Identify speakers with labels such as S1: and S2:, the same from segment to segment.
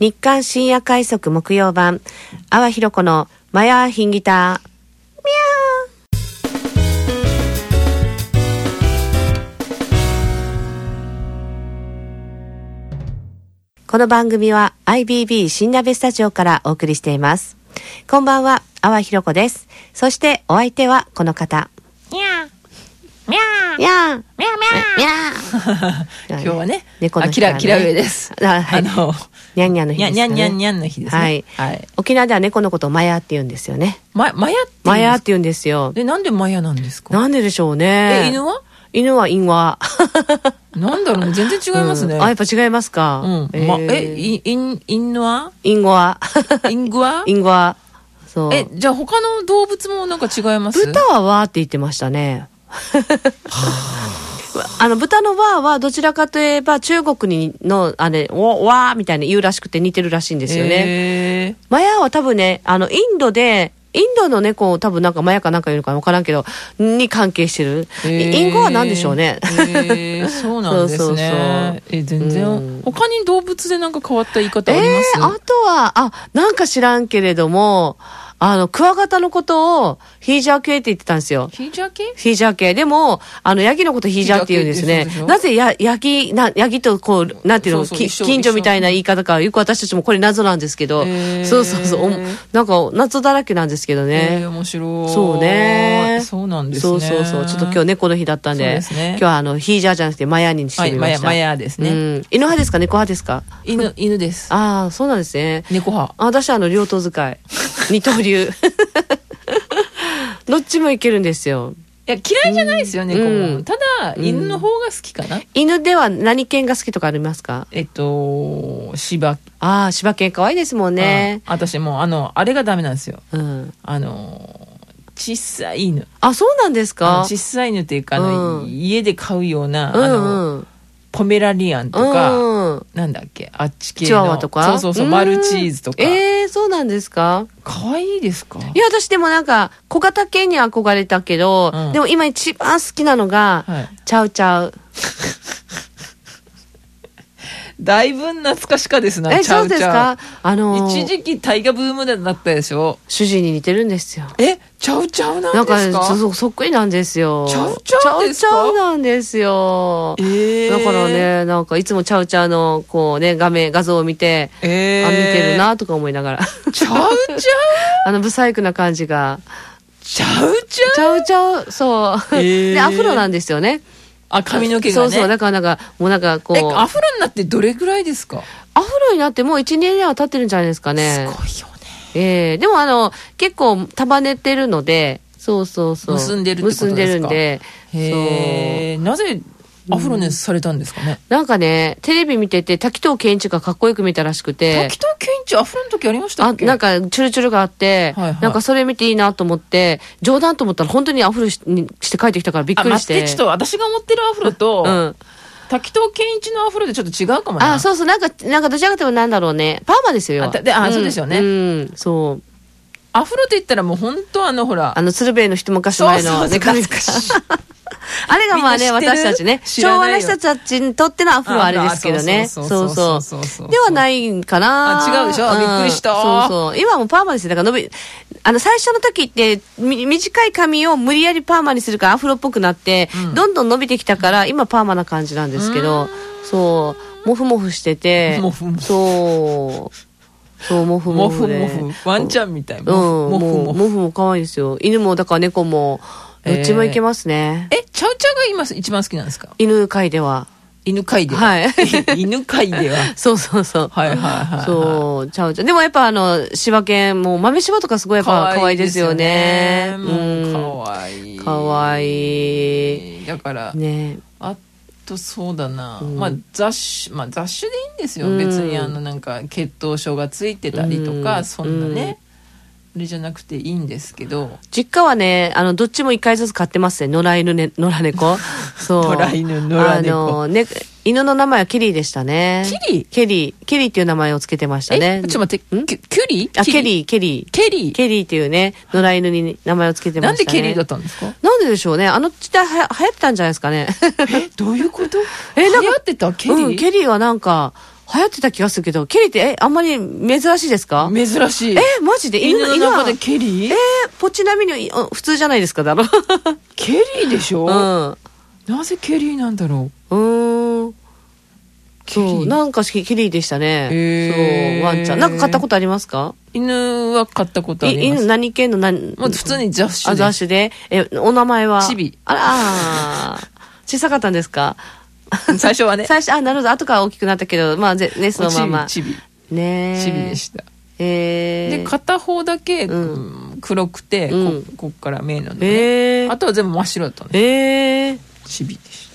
S1: 日刊深夜快速木曜版、阿波弘子のマヤーヒンギター。この番組は IBB 新鍋スタジオからお送りしています。こんばんは、阿波弘子です。そしてお相手はこの方。
S2: ミャーミャー
S1: いや
S2: ミャーミ
S1: ーい
S2: ャー
S1: や
S2: 今日はね、
S1: 猫の
S2: あ
S1: 日
S2: き
S1: から
S2: ら
S1: ね
S2: きら上です。
S1: あはい
S2: の、
S1: にゃんにゃんの日
S2: に
S1: ですか
S2: ゃにゃ
S1: ね。
S2: にゃにゃんの日ですね。
S1: はい
S2: はい。
S1: 沖縄では猫のことをマヤーって言うんですよね。
S2: ま、マヤって言うんですか。
S1: マヤーって言うんですよ。
S2: で、なんでマヤなんですか
S1: なんででしょうね。
S2: え、犬は
S1: 犬は犬は。
S2: なんだろう全然違いますね。
S1: うんあ、やっぱ違いますか。
S2: うん。ま、え、
S1: イン
S2: イン、インノア
S1: インゴア。
S2: イングア
S1: インゴア。そう。
S2: え、じゃあ他の動物もなんか違います
S1: 豚はわーって言ってましたね。 あの豚のわーはどちらかといえば中国にのあれおわーみたいな言うらしくて似てるらしいんで
S2: です
S1: よね。
S2: ね。
S1: マヤは多分ね、あのインドでインドの猫を多分なんかマヤかなんか言うのか分からんけどに関係してる。
S2: えー
S1: インゴは何でしょう ね。
S2: えーそうなんですね。
S1: そうそうそう
S2: え、全然、
S1: うん
S2: 他に動物でなんか変わった言い方ありま
S1: え
S2: す、
S1: えーあとは、あ、なんか知らんけれども、あの、クワガタのことをヒージャー系って言ってたんですよ。
S2: ヒージャケ
S1: ヒージャー系。でも、あの、ヤギのことヒージャーって言うんです
S2: ヒー
S1: ね
S2: ジャー系ってそうでし。ょ
S1: なぜや、ヤギ、な、ヤギとこう、なんていうの、
S2: そうそ
S1: き
S2: う一緒
S1: 近所みたいな言い方から、よく私たちもこれ謎なんですけど、
S2: へー
S1: そうそうそう、おもなんか謎だらけなんですけど
S2: え
S1: ね。
S2: ー面白い。
S1: そうね
S2: そうなんですね。
S1: そうそうそう。ちょっと今日猫の日だったん
S2: そう
S1: で
S2: で、すね
S1: 今日はあの、ヒージャーじゃなくてマヤにして
S2: はい、
S1: み
S2: マ
S1: ま
S2: ヤ、
S1: した。
S2: マヤです
S1: う
S2: ね。
S1: ん。犬派ですか猫派ですか
S2: 犬、犬です。
S1: ああ、そうなんですね。
S2: 猫派。
S1: あ私はあの両頭使い二刀流 どっちもいけるんですよ
S2: いや、嫌いじゃないですよ、猫
S1: う
S2: も。
S1: ん
S2: ただ、
S1: ん
S2: 犬の方が好きかな。
S1: 犬では何犬が好きとかありますか
S2: えっと、芝。
S1: ああ柴犬可愛いですもんね
S2: うん。私もう、あの、あれがダメなんですよ。
S1: うん
S2: あの、小さい犬。
S1: あそうなんです
S2: あの
S1: か
S2: 小さい犬っていうか、あの、
S1: うん
S2: 家で飼うよう
S1: う
S2: な、
S1: ん
S2: あ
S1: う
S2: の、
S1: ん
S2: ポメラニアンとか、
S1: うん
S2: なんだっけ、あっち系の。
S1: チワワとか
S2: そうそうそう、
S1: ん
S2: マルチーズとか。
S1: えー、そうなんですか
S2: 可愛いですか
S1: いや私でもなんか小型犬に憧れたけど、
S2: うん
S1: でも今一番好きなのが、
S2: はい。
S1: チャウチャウ
S2: だいぶ懐かしかですな、
S1: え
S2: チャ
S1: そう
S2: ウ
S1: で
S2: チ
S1: す
S2: ャウ
S1: か。あの
S2: 一時期大河ブームだったでしょ。
S1: 主人に似てるんですよ
S2: え、チャウチャウな
S1: なんん
S2: で
S1: か
S2: すか
S1: そそっくりなんですよ。
S2: ちゃうちゃうですか
S1: ちゃうちゃうなんですよ。
S2: え
S1: だ
S2: ー
S1: から。ね、なんかいつもちゃうちゃうの、こうね、画面、画像を見て、
S2: えー、
S1: あ、見てる。なとか思いながら、
S2: チャウチャウ
S1: あの、不細工な感じが、
S2: チャウチャウ
S1: ちゃうちゃう、そう。
S2: えー
S1: で、アフロなんですよね。
S2: あ、髪の毛
S1: そ
S2: が
S1: う
S2: ね。
S1: そう、だからなんか、もうなんかこう、
S2: え、アフロになってどれぐらいですか
S1: アフロになってもう1、2年は経ってるんじゃないですか
S2: すごい
S1: ね。
S2: よね。
S1: ええでもあの、結構束ねてるので、そうそうそう。
S2: 結んでるってことですか
S1: 結んでるんで、そう。
S2: へえ、なぜアフロにされたんですかね。
S1: なんかね、テレビ見てて、滝藤健一がかっこよく見たらしくて
S2: 滝、藤健一アフロの時ありました
S1: あ
S2: っけ
S1: なんか、チュルチュルがあって、
S2: はいはい
S1: なんかそれ見ていいなと思って、冗談と思ったら本当にアフロしにして帰ってきたからびっ
S2: あ
S1: くりし。
S2: 待ってて、ちょっと私が持ってるアフロと、
S1: うん。
S2: 滝藤健一のアフロでちょっと違うかもな。
S1: あ、そうそう、なんか、なんかどちらかというとなんだろうね。パーマですよ。
S2: あたであ
S1: ん
S2: そうですよね
S1: うん、そう。
S2: アフロと言ったらもう本当あのほら
S1: あ、の、鶴瓶の一昔前のね、
S2: 懐
S1: 髪
S2: かしい。
S1: あれがまあね、
S2: みんな知ってる
S1: 私たちね、
S2: 知ら
S1: 昭和
S2: な
S1: の
S2: いよ
S1: 人たちにとってのアフロはあれですけどね。
S2: あそ
S1: そうう
S2: そうそ
S1: そうう
S2: そうそうそう
S1: ではないかな。
S2: あ違うでしょあびっくりした
S1: うんそうそう。今はもうパーマですよ。だから伸び、あの、最初の時って、み短い髪を無理やりパーマにするからアフロっぽくなって、
S2: ん
S1: どんどん伸びてきたから、今パーマな感じなんですけど、そう、もふもふしてて、
S2: モフモフ
S1: そう、そう、もふ
S2: モ
S1: も
S2: フ
S1: ふで。
S2: モフ。ワンちゃんみたい。
S1: うん、
S2: モ
S1: もう、
S2: フモフモフ。
S1: もふも可愛いですよ。犬も、だから猫も、どっちもいけますね。
S2: え、チャウチャウが今一番好きなんですか
S1: 犬界では。
S2: 犬飼いでは。
S1: はい
S2: 犬飼いでは。
S1: そうそうそう。
S2: はいはいはいは い。
S1: そう、ちゃうちゃう。でもやっぱあの、柴犬、もう豆柴とかすごいやっぱ可愛いですよね。
S2: 可愛いですよねもう
S1: う
S2: 可愛い。
S1: ん。可愛い。
S2: だから、
S1: ね
S2: あとそうだな、
S1: うん
S2: まあ雑種まあ雑種でいいんですよ、
S1: うん
S2: 別にあのなんか血統症がついてたりとか、
S1: うん
S2: そんなね、あれじゃなくていいんですけど
S1: 実家はね、あの、どっちも一回ずつ飼ってますね。野良犬ね、野良 猫。そう。
S2: 野良犬野良
S1: あ
S2: 猫
S1: の、ね、犬の名前はケリーでしたね。
S2: キリ
S1: ケリー。ケリーっていう名前をつけてました
S2: え
S1: ね。
S2: ちょっと待って
S1: ん
S2: キュキュリー
S1: あ、ケリー、ケリー。
S2: ケリー
S1: ケリーっていうね、野良犬に名前をつけてま
S2: なん
S1: した
S2: で
S1: ね。
S2: ケリーだったんですか
S1: なんででしょうね。あの時代はや流行ってたんじゃないですかね。
S2: えどういうこと
S1: え
S2: え
S1: なん
S2: 流
S1: か
S2: 行ってたケリー、
S1: うん、ケリーはなんか、流行ってた気がするけど、ケリーって、え、あんまり珍しいですか
S2: 珍しい
S1: え、マジで
S2: 犬の中で
S1: 犬は
S2: ケリー
S1: えーポチなみにあ普通じゃないですか、だろ。
S2: ケリーでしょ、
S1: うん。う
S2: なぜケリーなんだろう
S1: ーん。
S2: ケリ
S1: そう、
S2: ー
S1: なんかキリーでしたね。そ
S2: へー
S1: う、ワンちゃん。なんか買ったことありますか
S2: 犬は買ったことあ
S1: い
S2: りま
S1: 犬
S2: す
S1: 何系の何
S2: まあ普通に雑
S1: あ
S2: 種で
S1: 雑種で。え、お名前は
S2: チビ
S1: あらー、小さかったんですか
S2: 最初は ね
S1: 最初、あ、なるほど。後から大きくなったけど、まあ、ぜね、そのまま。
S2: チビチ
S1: ね
S2: ビ
S1: え。
S2: チビでした、
S1: えー、
S2: で片方だけ、
S1: ん
S2: うん黒くて、
S1: うん
S2: ここっから目なの
S1: え
S2: で、
S1: ー、
S2: あとは全部真っ白だったの
S1: えー
S2: チビでし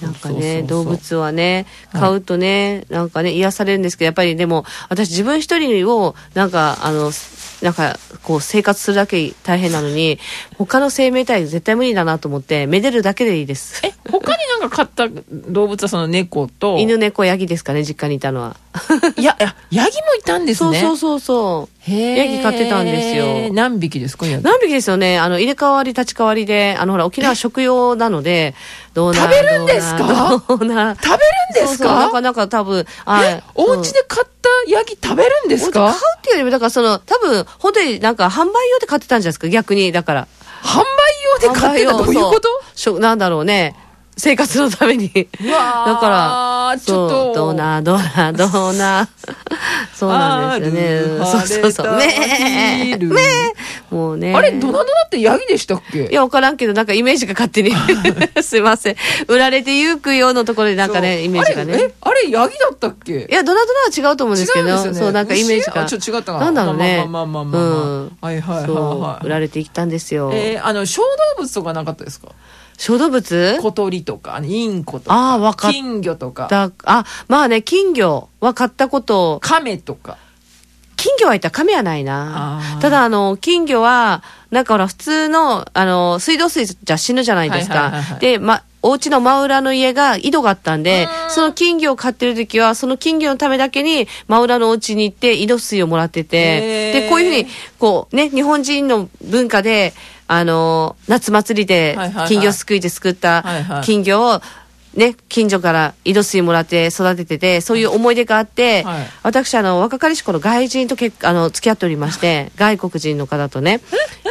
S2: た
S1: なんか
S2: そうそうそう
S1: ね、
S2: そう
S1: 動物はね、
S2: はい
S1: 買うとね、なんかね、癒されるんですけど、やっぱりでも、私自分一人を、なんか、あの、なんか、こう、生活するだけ大変なのに、他の生命体絶対無理だなと思って、めでるだけでいいです。
S2: え他になんか買った動物はその猫と
S1: 犬、猫、ヤギですかね、実家にいたのは。
S2: いやいやヤギもいたんです
S1: そう
S2: ね
S1: そうそうそう。
S2: へー
S1: ヤギ飼ってたんですよ
S2: 何匹ですかヤギ
S1: 何匹ですよね、あの、入れ替わり、立ち替わりで、あの、ほら、沖縄食用なので、どうな
S2: 食べるんですか
S1: どうな
S2: 食べるんです
S1: そうそうな
S2: か
S1: かなか多分、あ
S2: お
S1: そう
S2: 家で買ったヤギ食べるんです
S1: 買
S2: か
S1: うっていうよりも、だからその、多分、本当になんか販売用で買ってたんじゃないですか、逆に。だから。
S2: 販売用で買ってた
S1: 販
S2: ど
S1: 売用
S2: ういうこと
S1: しょなんだろうね。生活のために。だ
S2: うわー
S1: から、
S2: ちょっと
S1: そうどうな、どうな、どう な。そうなんですよね。そうそうそう。ねえ。
S2: ね
S1: ねえ。もうね。
S2: あれドナドナってヤギでしたっけ
S1: いや、わからんけど、なんかイメージが勝 手に。すいません。売られてゆくようのところでなんか
S2: そ
S1: ね、
S2: う
S1: イメージが
S2: あれ
S1: ね。
S2: えあれヤギだったっけ
S1: いや、ドナドナは違うと思うんですけ
S2: 違うんですよ
S1: ど、
S2: ね
S1: そう、なんかイメージ
S2: 牛
S1: が。
S2: あちょっと違ったか
S1: なんだろうね。
S2: まあまあまあまあまあまあ
S1: うん
S2: はいはいはい
S1: そ
S2: は
S1: う
S2: い
S1: 売られてきたんですよ。
S2: えーあの小動物とかなかったですか
S1: 小動物
S2: 小鳥とかインコとか
S1: ああ、わかっ
S2: 金魚とか
S1: た。あ、まあね、金魚は買ったこと、
S2: 亀とか
S1: 金魚はいた、亀はないな
S2: あ。ー
S1: ただ、あの、金魚は、なんかほら、普通の、あの、水道水じゃ死ぬじゃないです
S2: はいはいはい
S1: か
S2: は。い
S1: で、ま、お家の真裏の家が井戸があったんで
S2: う、ん
S1: その金魚を飼ってる時は、その金魚のためだけに真裏のお家に行って井戸水をもらってて、
S2: へー
S1: で、こういうふうに、こうね、日本人の文化で、あの、夏祭りで
S2: はいはいはい
S1: 金魚すくいですくった
S2: はいはい
S1: 金魚を、ね、近所から井戸水もらって育ててて、そういう思い出があって、
S2: はい
S1: 私あの若かりし頃外人とけあの付き合っておりまして 外国人の方とね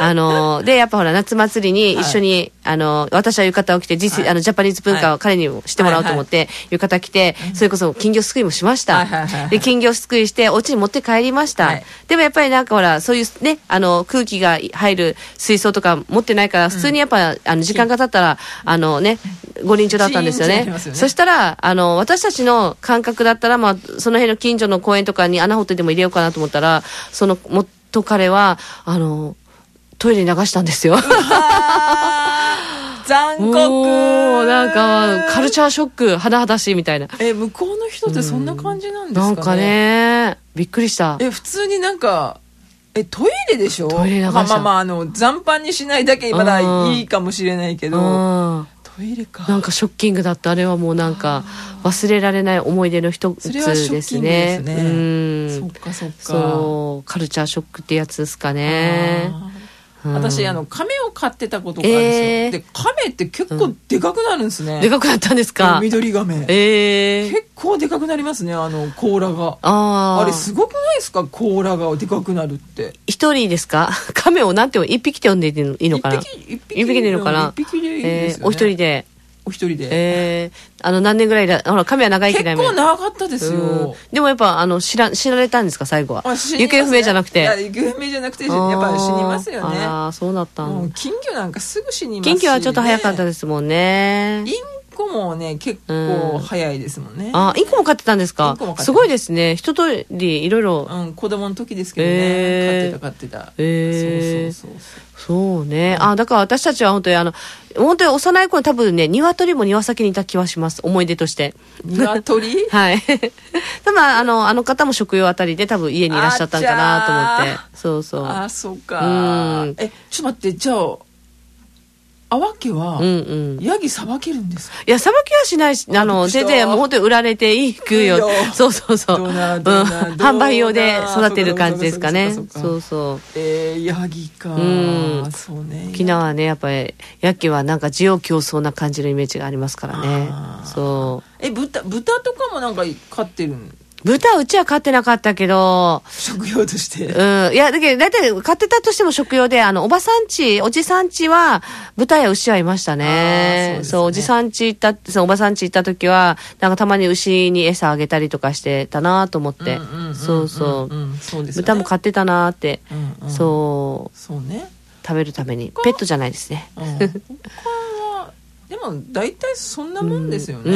S1: あのでやっぱほら夏祭りに一緒に、あの私は浴衣を着て、実
S2: はい
S1: あのジャパニーズ文化
S2: は
S1: を彼にも知ってもらおうと思って、浴衣着てそれこそ金魚すくいもしました、
S2: はいはいはいはい
S1: で金魚すくいしてお家に持って帰りました、
S2: はい
S1: でもやっぱりなんかほらそういうねあの空気が入る水槽とか持ってないから普通にやっぱ、あの時間が経ったらあのねご臨終だったんですよ
S2: ジーンって
S1: ね
S2: なりますよね
S1: そしたら、あの、私たちの感覚だったら、まあ、その辺の近所の公園とかに穴掘ってでも入れようかなと思ったら、その元彼は、あの、トイレに流したんですよ。
S2: 残酷
S1: おーなんか、カルチャーショック、甚だしいみたいな。
S2: え向こうの人ってそんな感じなんですか
S1: な
S2: ね
S1: んかね、びっくりした。
S2: え普通になんかえトイレでしょ
S1: トイレ流した
S2: まあまあまああの残飯にしないだけま
S1: う
S2: だ
S1: ん
S2: いいかもしれないけ
S1: う
S2: ど
S1: ん。
S2: トイレか
S1: なんかショッキングだった。あれはもうなんか、忘れられない思い出の一つ
S2: それはショ
S1: で
S2: ッキ
S1: す
S2: ングで
S1: ね
S2: す。ね
S1: うん
S2: そっかそっか
S1: そう、カルチャーショックってやつですかね。
S2: あー
S1: うん
S2: 私あの亀を飼ってたことがあるんですよ、
S1: えー
S2: で亀って結構でかくなるんですね、
S1: でかくなったんですか
S2: 緑亀
S1: ええ
S2: 結構でかくなりますねあの甲羅が
S1: あ
S2: あ
S1: あ。
S2: れすごくないですか甲羅がでかくなるって
S1: 一人ですか 亀をなんて一匹って呼んでいいのかな
S2: 一匹一匹
S1: 一匹でいいのかな
S2: 一匹でいい
S1: え
S2: です
S1: ー
S2: よ、ね
S1: お一人で。
S2: お一人で、
S1: ええあの、何年ぐらいだ、ほら、亀は長生き
S2: 結
S1: だ
S2: 構長かったで
S1: うん
S2: すよ、
S1: でもやっぱ、あの、知ら、知られたんですか、最後は。
S2: あ死に
S1: 行
S2: ますね
S1: 方不明じゃなく
S2: いや
S1: て。
S2: 行方不明じゃなくてやっぱり死にますよね
S1: ああ、そうだった。
S2: もうん金魚なんかすぐ死にますし、
S1: 近畿
S2: ね、
S1: はちょっと早かったですもんね。
S2: インコもね結構早いですもんね、
S1: あーインコも飼ってたんです
S2: イ
S1: か
S2: ンコも飼ってた
S1: すごいですね。一通り、いろいろ。
S2: うん、子供の時ですけどね、
S1: えー
S2: 飼ってた飼ってた、
S1: えー
S2: そうそうそう
S1: そうね。あ、だから私たちは本当にあの、本当に幼い頃多分ね、鶏も庭先にいた気はします。思い出として。
S2: そう鶏
S1: はい。多分あの、あの方も食用あたりで多分家にいらっしゃったんかなと思って
S2: あちゃ。
S1: そうそう。
S2: ああそうか
S1: うん
S2: えちょっと待ってじゃああわけは、
S1: うんうん。
S2: ヤギさばけるんですか
S1: いや、さばきはしないし、あの、
S2: びっくりし
S1: 全
S2: た
S1: 然もう本当に売られていくよ。
S2: いいよ
S1: そうそうそう。
S2: ど
S1: う。
S2: うんなどうなどうな
S1: 販売用で育てる感じですかね。
S2: そっかそっかそっか
S1: そうそう。
S2: えー、ヤギか
S1: うん
S2: そうね
S1: 沖縄はね、やっぱり、ヤッキはなんか需要競争な感じのイメージがありますからね
S2: あ。ー
S1: そう。
S2: え豚豚とかもなんか飼ってるん
S1: 豚うちは飼ってなかったけど、
S2: 食用として、
S1: うん、いや、だけど、だいたい買ってたとしても食用で、あの、おばさんち、おじさんちは、豚や牛はいましたね。
S2: あーそうですね
S1: おじさんち行った、そのおばさんち行った時は、なんかたまに牛に餌あげたりとかしてたなと思って
S2: うんんんん。ん
S1: そうそう。
S2: んそうですよね
S1: 豚も買ってたなって。
S2: うんうん
S1: そう、
S2: そうね、
S1: 食べるために。ペットじゃないですね。
S2: うん、 他はでも大体そんなもんですよね、
S1: う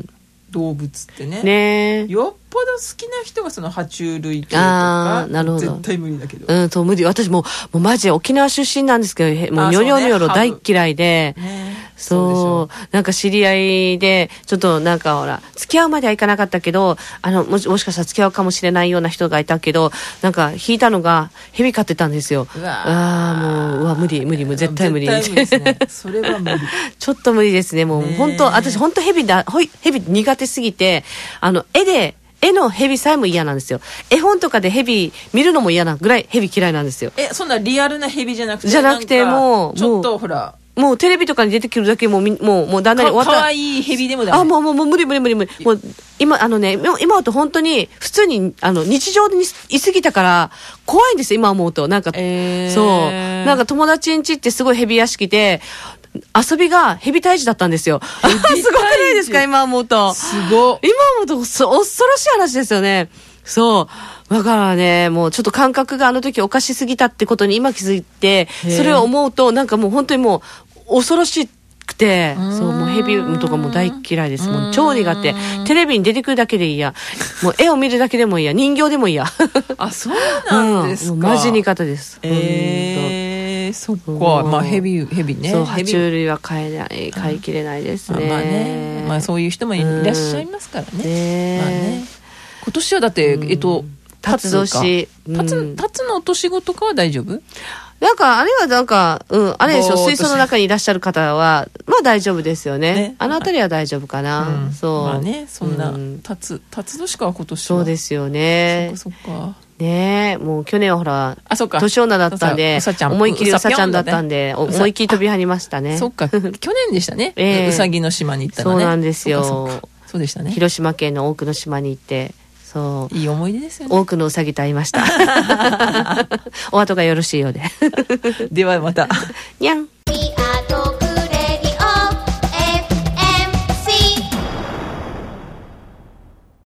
S1: ん。
S2: 動物ってね
S1: ねえ。
S2: よっぽど好きな人がその爬虫類系と
S1: あ
S2: か
S1: ーなるほど
S2: 絶対無理だけど、
S1: うん、と、無理。私もう、もうマジで沖縄出身なんですけどへ、もう
S2: あー
S1: ニョニョ
S2: そうね
S1: ニョロ
S2: ハム
S1: 大っ嫌いで、
S2: ね
S1: そう
S2: で
S1: なんか知り合いで、ちょっとなんかほら、付き合うまではいかなかったけど、あの、もしもしかしたら付き合うかもしれないような人がいたけど、なんか引いたのが、蛇飼ってたんですよ。
S2: うわー
S1: ああ、もう、うわ、無理、無理、もう
S2: しょ
S1: 絶対無理。
S2: 絶対無理ですね それは無理
S1: ちょっと無理ですね。もう
S2: ねえ
S1: 本当、私本当ヘビだ、ほいヘビ苦手すぎて、あの、絵で、絵のヘビさえも嫌なんですよ。絵本とかでヘビ見るのも嫌なぐらいヘビ嫌いなんですよ。
S2: えそんなリアルなヘビじゃなくて
S1: じゃなくて
S2: んか
S1: もう
S2: ちょっとほら
S1: もうテレビとかに出てくるだけもうみん、もう、もうだんだん
S2: か
S1: 終わ
S2: か
S1: った。
S2: わいいヘビでもだ
S1: あ、もう、もう、もう、無理、無理、無理、無理。もう、今、あのね、今今と本当に、普通に、あの、日常にいすぎたから、怖いんですよ、今思うと。なんか、
S2: えー
S1: そう。なんか友達ん家ってすごいヘビ屋敷で、遊びがヘビ退治だったんですよ。 すごく
S2: 退治
S1: ないですか、今思うと。
S2: すごっ
S1: 今思うと、そ恐ろしい話ですよね。そう。だからね、もうちょっと感覚があの時おかしすぎたってことに今気づいて、
S2: へえ
S1: それを思うと、なんかもう本当にもう恐ろしくて、
S2: うーん
S1: そう、もうヘビとかもう大嫌いです。もう超苦手
S2: うー。ん
S1: テレビに出てくるだけでいいや。もう絵を見るだけでもいいや。人形でもいいや。
S2: あそう なんですか、
S1: うもうマジに方です。本
S2: えー、そっ
S1: そう
S2: かまあヘビヘビ
S1: 当
S2: ね
S1: そう、爬
S2: ヘ
S1: 虫
S2: ビ
S1: 類は飼えない、飼いきれないです
S2: まあ
S1: ね。
S2: まあね、まあ、そういう人もいらっしゃいますからね,、
S1: ね
S2: まあ、ね今年はだって、
S1: うん
S2: えっと
S1: 辰年
S2: 辰か
S1: うん
S2: 辰辰の年子とかは大丈夫
S1: なんか、あれはなんか、うん、あれでしょ、
S2: ぼーっと
S1: 水槽の中にいらっしゃる方は、まあ大丈夫ですよね。
S2: ね
S1: あのあたりは大丈夫かな。
S2: うん
S1: そう。
S2: まあねそんな
S1: うん
S2: 辰辰年か今年は
S1: そうですよね。
S2: そっかそっか
S1: ねえ、もう去年はほら、
S2: あそっか
S1: 年女だったんで
S2: うさうさちゃん
S1: 思いっきりう
S2: うさ
S1: さ
S2: ぴ
S1: ち
S2: ょ
S1: ゃん
S2: ん
S1: だ
S2: だ
S1: っ
S2: ね
S1: たんで、お
S2: うさ
S1: 思いっきり飛び跳ねましたね。
S2: そっ か去年でしたね、
S1: ええ
S2: うさぎの島に行ったのね
S1: そうなんですよ
S2: そっかそっかそうでしたね
S1: 広島県の多くの島に行って、そう。
S2: いい思い出ですよね
S1: 多くのうさぎと会いました。 お後がよろしいようで。
S2: ではまた
S1: にゃん。
S3: We